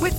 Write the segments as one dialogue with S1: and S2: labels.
S1: With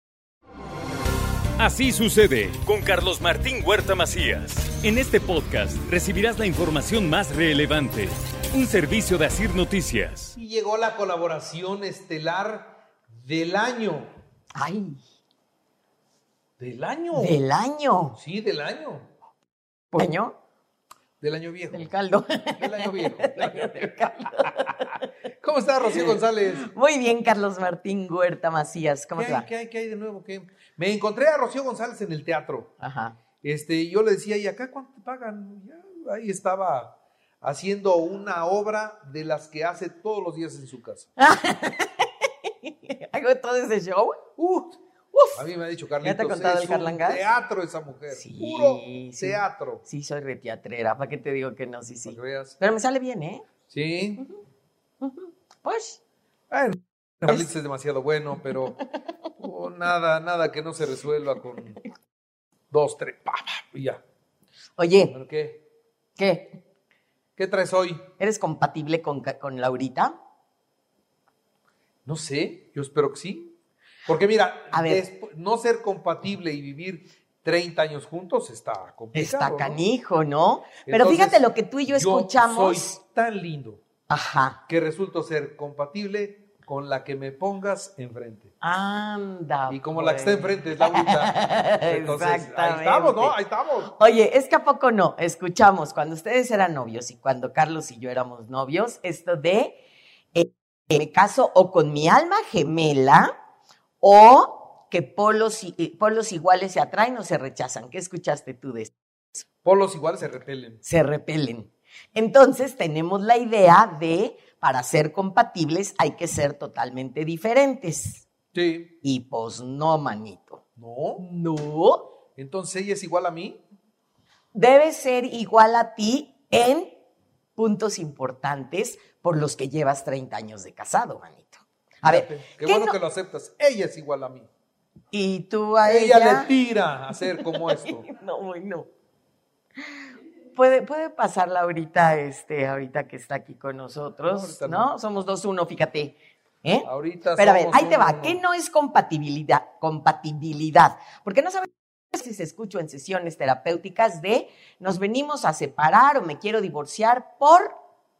S2: Así sucede con Carlos Martín Huerta Macías. En este podcast recibirás la información más relevante. Un servicio de Asir Noticias.
S3: Y llegó la colaboración estelar del año.
S4: Ay,
S3: ¿Del año?
S4: del año.
S3: Sí, del año.
S4: Año
S3: Del año viejo.
S4: del caldo.
S3: Del año viejo. del año viejo. ¿Cómo está Rocío González?
S4: Muy bien, Carlos Martín Huerta Macías. ¿Cómo
S3: ¿Qué
S4: te
S3: hay,
S4: va?
S3: ¿Qué hay? ¿Qué hay de nuevo? ¿Qué? Me encontré a Rocío González en el teatro.
S4: Ajá.
S3: Este, y yo le decía, ¿y acá cuánto te pagan? Ya, ahí estaba haciendo una obra de las que hace todos los días en su casa.
S4: ¿Hago todo ese show?
S3: Uh,
S4: Uf.
S3: a mí me ha dicho Carlitos,
S4: te ha contado
S3: es
S4: el
S3: un
S4: Carlangas?
S3: teatro esa mujer.
S4: Sí,
S3: Puro
S4: sí.
S3: teatro.
S4: Sí, soy retiatrera. ¿Para qué te digo que no? Sí,
S3: Para
S4: sí.
S3: que veas.
S4: Pero me sale bien, ¿eh?
S3: Sí.
S4: Pues,
S3: Bueno, Carlitos es demasiado bueno, pero oh, nada, nada que no se resuelva con dos, tres, pa, pa, y ya.
S4: oye,
S3: Bueno, ¿qué?
S4: ¿qué?
S3: ¿Qué traes hoy?
S4: ¿Eres compatible con, Ca- con Laurita?
S3: No sé, yo espero que sí. Porque mira,
S4: A ver.
S3: desp- no ser compatible y vivir 30 años juntos está complicado.
S4: Está
S3: ¿no?
S4: canijo, ¿no? Pero
S3: Entonces,
S4: fíjate lo que tú y yo escuchamos.
S3: soy tan lindo
S4: Ajá.
S3: que resulto ser compatible con la que me pongas enfrente.
S4: Anda.
S3: Y como la que está
S4: pues.
S3: enfrente es la única. Entonces, ahí estamos, ¿no?
S4: Exactamente.
S3: Ahí estamos.
S4: Oye, es que a poco no, escuchamos cuando ustedes eran novios y cuando Carlos y yo éramos novios, esto de eh, eh, me caso o con mi alma gemela o que polos, i- eh, polos iguales se atraen o se rechazan. ¿Qué escuchaste tú de eso?
S3: Polos iguales se repelen.
S4: Se repelen. Entonces tenemos la idea de para ser compatibles hay que ser totalmente diferentes.
S3: Sí.
S4: Y pues no, manito.
S3: No.
S4: No,
S3: Entonces ella es igual a mí.
S4: debe ser igual a ti en puntos importantes por los que llevas 30 años de casado, manito. A ver,
S3: Fíjate, qué
S4: ¿qué
S3: bueno
S4: no-
S3: que lo aceptas. Ella es igual a mí.
S4: y tú a
S3: Ella,
S4: ella,
S3: le tira a ser como esto.
S4: No, uy, no. Puede, puede pasarla ahorita, este, ahorita que está aquí con
S3: No,
S4: nosotros,
S3: ahorita
S4: ¿no?
S3: no.
S4: Somos dos uno, fíjate. ¿Eh?
S3: Ahorita
S4: Pero a ver,
S3: somos
S4: ahí te va.
S3: uno.
S4: ¿Qué no es compatibilidad? Compatibilidad. Porque no sabes si se escucho en sesiones terapéuticas de nos venimos a separar o me quiero divorciar por,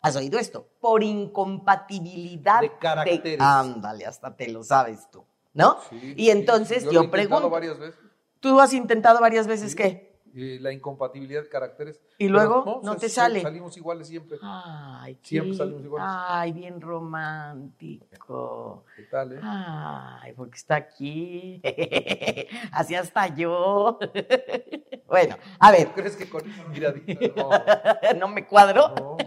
S4: has oído esto, por incompatibilidad
S3: De caracteres.
S4: ándale, hasta te lo sabes tú, ¿no?
S3: Sí,
S4: y entonces
S3: sí, lo he
S4: yo
S3: intentado
S4: pregunto,
S3: varias veces.
S4: tú has intentado varias veces
S3: Sí.
S4: qué?
S3: Y la incompatibilidad de caracteres.
S4: ¿Y
S3: Pero
S4: luego? ¿No te
S3: sí,
S4: sale? Ah.
S3: Salimos iguales siempre.
S4: Ay,
S3: Siempre
S4: qué-
S3: salimos iguales.
S4: Ay, bien romántico.
S3: ¿Qué tal, eh?
S4: Ah. Ay, porque está aquí. Así hasta yo. bueno, a ver,
S3: ¿Tú crees que con esa miradita? No,
S4: no me cuadro.
S3: no.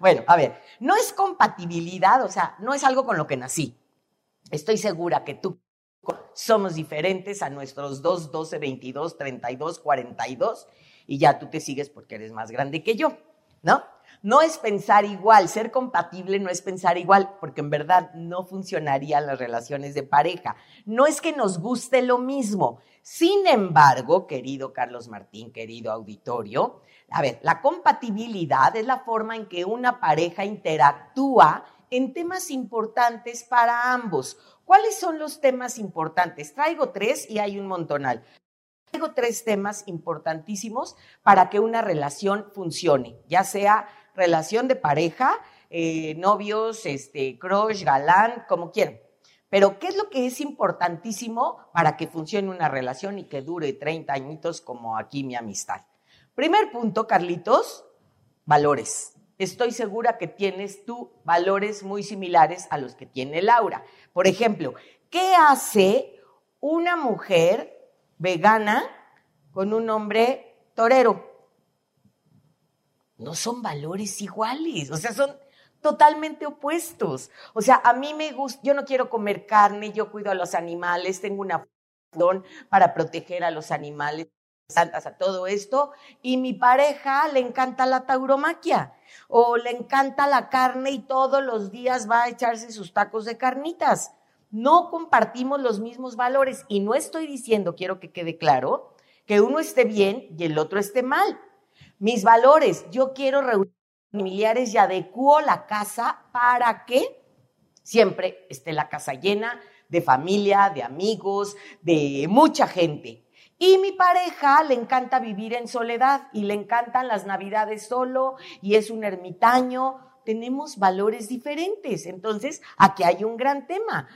S4: Bueno, a ver, no es compatibilidad, o sea, no es algo con lo que nací. Estoy segura que tú somos diferentes a nuestros 2, 12, 22, 32, 42 y ya tú te sigues porque eres más grande que yo, ¿no? No es pensar igual, ser compatible no es pensar igual, porque en verdad no funcionarían las relaciones de pareja. No es que nos guste lo mismo. Sin embargo, querido Carlos Martín, querido auditorio, a ver, la compatibilidad es la forma en que una pareja interactúa en temas importantes para ambos. ¿Cuáles son los temas importantes? Traigo tres y hay un montonal. Traigo tres temas importantísimos para que una relación funcione, ya sea relación de pareja, eh, novios, este, crush, galán, como quieran. Pero, ¿qué es lo que es importantísimo para que funcione una relación y que dure 30 añitos como aquí mi amistad? Primer punto, Carlitos, valores. Estoy segura que tienes tú valores muy similares a los que tiene Laura. Por ejemplo, ¿qué hace una mujer vegana con un hombre torero? No son valores iguales, o sea, son totalmente opuestos. O sea, a mí me gusta, yo no quiero comer carne, yo cuido a los animales, tengo una don para proteger a los animales santas, a todo esto, y mi pareja le encanta la tauromaquia o le encanta la carne y todos los días va a echarse sus tacos de carnitas. No compartimos los mismos valores y no estoy diciendo, quiero que quede claro, que uno esté bien y el otro esté mal. Mis valores, yo quiero reunir familiares y adecuo la casa para que siempre esté la casa llena de familia, de amigos, de mucha gente. Y mi pareja le encanta vivir en soledad y le encantan las navidades solo y es un ermitaño. Tenemos valores diferentes. Entonces, aquí hay un gran tema,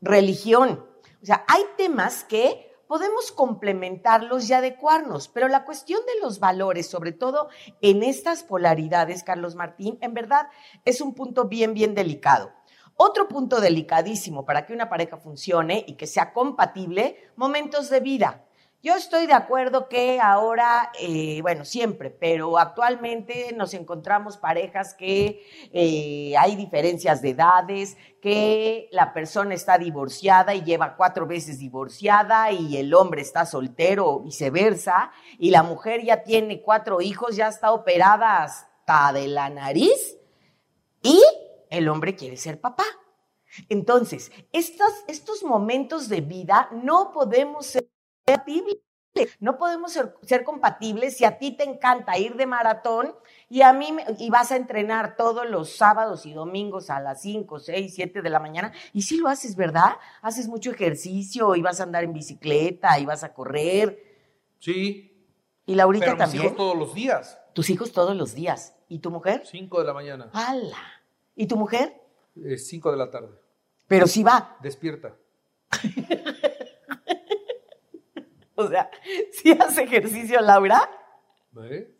S4: religión. O sea, hay temas que podemos complementarlos y adecuarnos, pero la cuestión de los valores, sobre todo en estas polaridades, Carlos Martín, en verdad es un punto bien, bien delicado. Otro punto delicadísimo para que una pareja funcione y que sea compatible, momentos de vida. Yo estoy de acuerdo que ahora, eh, bueno, siempre, pero actualmente nos encontramos parejas que eh, hay diferencias de edades, que la persona está divorciada y lleva cuatro veces divorciada y el hombre está soltero o viceversa, y la mujer ya tiene cuatro hijos, ya está operada hasta de la nariz y el hombre quiere ser papá. Entonces, estas, estos momentos de vida no podemos ser compatibles. No podemos ser, ser compatibles si a ti te encanta ir de maratón y a mí me- y vas a entrenar todos los sábados y domingos a las 5, 6, 7 de la mañana. Y si lo haces, ¿verdad? Haces mucho ejercicio y vas a andar en bicicleta y vas a correr.
S3: Sí,
S4: Y Laurita
S3: pero mis
S4: también.
S3: hijos todos los días,
S4: Tus hijos todos los días. ¿Y tu mujer?
S3: 5 de la mañana,
S4: ¡Hala! ¿Y tu mujer?
S3: 5 de la tarde,
S4: Pero sí va.
S3: despierta.
S4: O sea, si hace ejercicio Laura,
S3: ¿Eh?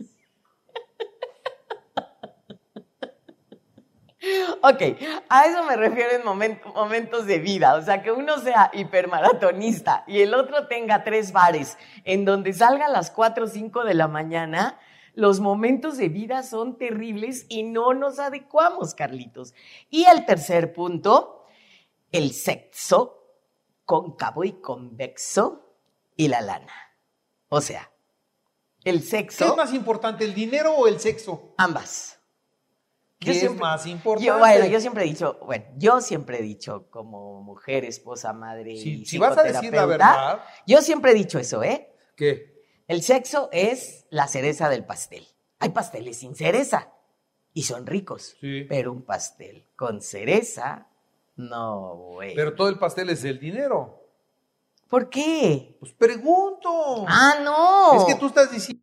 S4: ok, a eso me refiero en momen- momentos de vida. O sea, que uno sea hipermaratonista y el otro tenga tres bares en donde salga a las 4 o 5 de la mañana, los momentos de vida son terribles y no nos adecuamos, Carlitos. Y el tercer punto, el sexo cóncavo y convexo y la lana. O sea, el
S3: ¿Qué
S4: sexo,
S3: es más importante, el dinero o el sexo?
S4: ambas.
S3: ¿Qué
S4: Yo
S3: es
S4: siempre-
S3: más importante?
S4: Yo, bueno, yo siempre he dicho, bueno, yo siempre he dicho como mujer, esposa, madre
S3: si,
S4: y
S3: si vas a decir la
S4: psicoterapeuta,
S3: verdad,
S4: yo siempre he dicho eso, ¿eh?
S3: ¿qué?
S4: El sexo es la cereza del pastel. Hay pasteles sin cereza y son ricos,
S3: Sí.
S4: pero un pastel con cereza, no, güey.
S3: Pero todo el pastel es el dinero.
S4: ¿Por qué?
S3: Pues pregunto.
S4: Ah, no.
S3: Es que tú estás diciendo.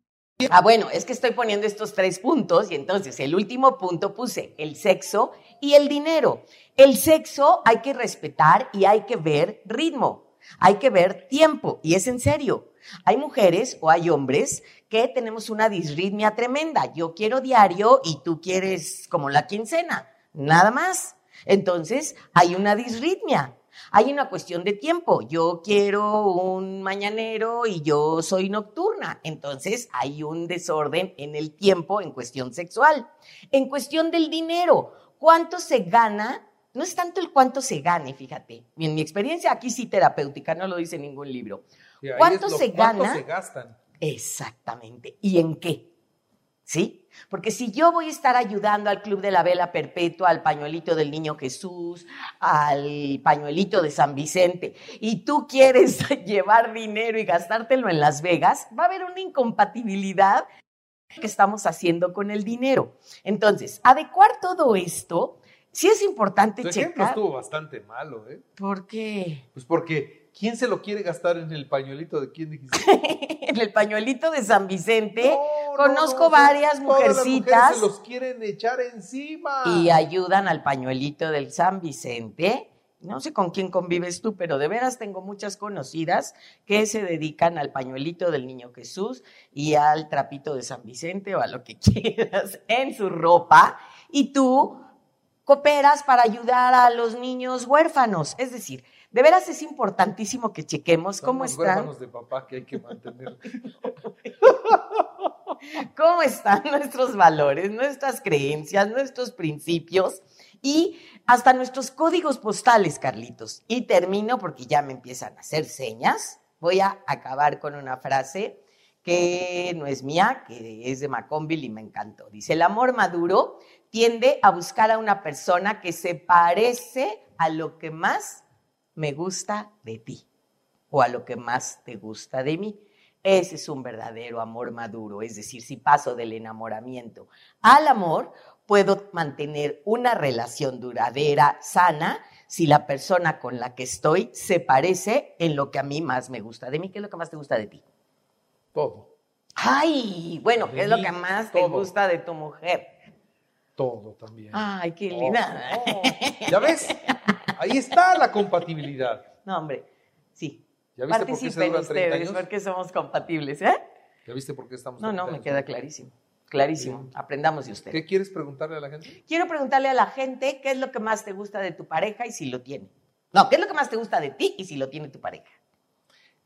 S4: Ah, bueno, es que estoy poniendo estos tres puntos y entonces el último punto puse el sexo y el dinero. El sexo hay que respetar y hay que ver ritmo, hay que ver tiempo y es en serio. Hay mujeres o hay hombres que tenemos una disritmia tremenda. Yo quiero diario y tú quieres como la quincena, nada más. Entonces hay una disritmia. Hay una cuestión de tiempo. Yo quiero un mañanero y yo soy nocturna. Entonces hay un desorden en el tiempo en cuestión sexual. En cuestión del dinero, ¿cuánto se gana? No es tanto el cuánto se gane, fíjate. En mi experiencia aquí sí terapéutica, no lo dice ningún libro.
S3: que ahí
S4: ¿Cuánto
S3: es lo-
S4: se
S3: ¿Cuánto
S4: gana?
S3: se gastan?
S4: Exactamente. ¿Y en qué? ¿Sí? Porque si yo voy a estar ayudando al Club de la Vela Perpetua, al pañuelito del Niño Jesús, al pañuelito de San Vicente, y tú quieres llevar dinero y gastártelo en Las Vegas, va a haber una incompatibilidad que estamos haciendo con el dinero. Entonces, adecuar todo esto, sí es importante
S3: Tu ejemplo
S4: checar.
S3: estuvo bastante malo, ¿eh?
S4: ¿Por qué?
S3: Pues porque, ¿quién se lo quiere gastar en el pañuelito de quién dijiste?
S4: en el pañuelito de San Vicente,
S3: No,
S4: conozco
S3: no, no,
S4: varias
S3: todas las
S4: mujercitas.
S3: mujeres se los quieren echar encima.
S4: y ayudan al pañuelito del San Vicente. No sé con quién convives tú, pero de veras tengo muchas conocidas que se dedican al pañuelito del Niño Jesús y al trapito de San Vicente o a lo que quieras en su ropa. Y tú cooperas para ayudar a los niños huérfanos. Es decir, de veras es importantísimo que chequemos
S3: Son
S4: cómo
S3: los
S4: están
S3: huérfanos de papá que hay que mantener.
S4: cómo están nuestros valores, nuestras creencias, nuestros principios y hasta nuestros códigos postales, Carlitos. Y termino porque ya me empiezan a hacer señas. voy a acabar con una frase que no es mía, que es de Macombil y me encantó. Dice, el amor maduro tiende a buscar a una persona que se parece a lo que más me gusta de ti o a lo que más te gusta de mí. Ese es un verdadero amor maduro, es decir, si paso del enamoramiento al amor, puedo mantener una relación duradera, sana, si la persona con la que estoy se parece en lo que a mí más me gusta de mí. ¿Qué es lo que más te gusta de ti?
S3: Todo,
S4: Ay, bueno, ¿qué es lo que más te
S3: Todo.
S4: gusta de tu mujer?
S3: todo también.
S4: Ay, qué
S3: Todo,
S4: linda.
S3: oh, todo. ¿Ya ves? Ahí está la compatibilidad.
S4: No, hombre, sí.
S3: oh. ¿Ya viste por qué se
S4: Participen
S3: duran 30
S4: ustedes
S3: años? Pues
S4: porque somos compatibles, ¿eh?
S3: ¿Ya viste por qué estamos
S4: No, no, me
S3: conectados?
S4: queda clarísimo. Clarísimo. Aprendamos de usted.
S3: ¿Qué quieres preguntarle a la gente?
S4: Quiero preguntarle a la gente qué es lo que más te gusta de tu pareja y si lo tiene. No, ¿qué es lo que más te gusta de ti y si lo tiene tu pareja?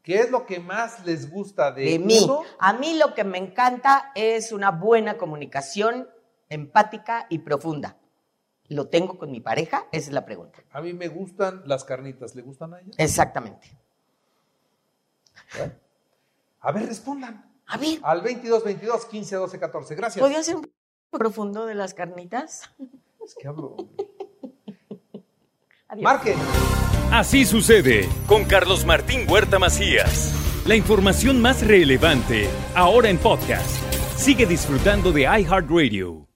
S3: ¿Qué es lo que más les gusta de,
S4: de mí.
S3: uno?
S4: A mí lo que me encanta es una buena comunicación empática y profunda. ¿Lo tengo con mi pareja? Esa es la pregunta.
S3: A mí me gustan las carnitas. ¿Le gustan a ella?
S4: Exactamente.
S3: A ver, respondan.
S4: A ver,
S3: Al 22, 22, 15, 12, 14. Gracias.
S4: ¿podría ser un profundo de las carnitas?
S3: Es que hablo.
S4: Adiós.
S3: Marquen.
S2: Así sucede con Carlos Martín Huerta Macías. La información más relevante ahora en podcast. Sigue disfrutando de iHeartRadio.